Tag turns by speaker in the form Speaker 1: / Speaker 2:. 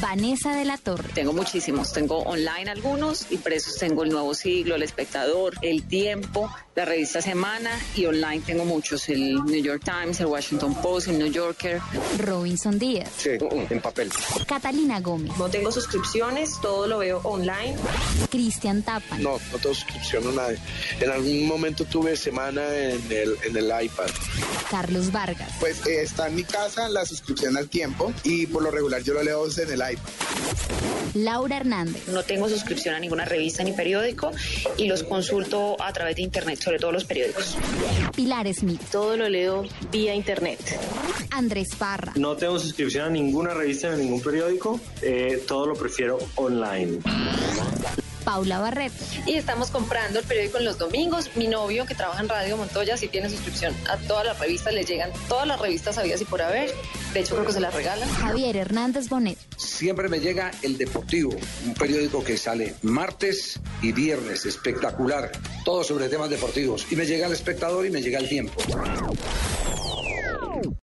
Speaker 1: Vanessa de la Torre.
Speaker 2: Tengo muchísimos, tengo online algunos y presos tengo El Nuevo Siglo, El Espectador, El Tiempo, la revista Semana y online tengo muchos, el New York Times, el Washington Post, el New Yorker.
Speaker 1: Robinson Díaz.
Speaker 3: Sí, en papel.
Speaker 1: Catalina Gómez.
Speaker 4: No tengo suscripciones, todo lo veo online.
Speaker 1: Cristian Tapan.
Speaker 3: No, no tengo suscripción a nadie. En algún momento tuve Semana en el, en el iPad.
Speaker 1: Carlos Vargas.
Speaker 5: Pues eh, está en mi casa la suscripción al tiempo y por lo regular yo lo leo en el iPad.
Speaker 1: Laura Hernández.
Speaker 6: No tengo suscripción a ninguna revista ni periódico y los consulto a través de internet, sobre todo los periódicos.
Speaker 1: Pilar Smith.
Speaker 7: Todo lo leo vía internet.
Speaker 1: Andrés Parra.
Speaker 8: No tengo suscripción a ninguna revista ni a ningún periódico, eh, todo lo prefiero online.
Speaker 1: Paula Barreto.
Speaker 9: Y estamos comprando el periódico en los domingos. Mi novio, que trabaja en Radio Montoya, sí tiene suscripción a todas las revistas, le llegan todas las revistas habidas y por haber. De hecho, creo que se las regalan.
Speaker 1: Javier Hernández Bonet.
Speaker 10: Siempre me llega El Deportivo, un periódico que sale martes y viernes, espectacular, todo sobre temas deportivos. Y me llega El Espectador y me llega El Tiempo.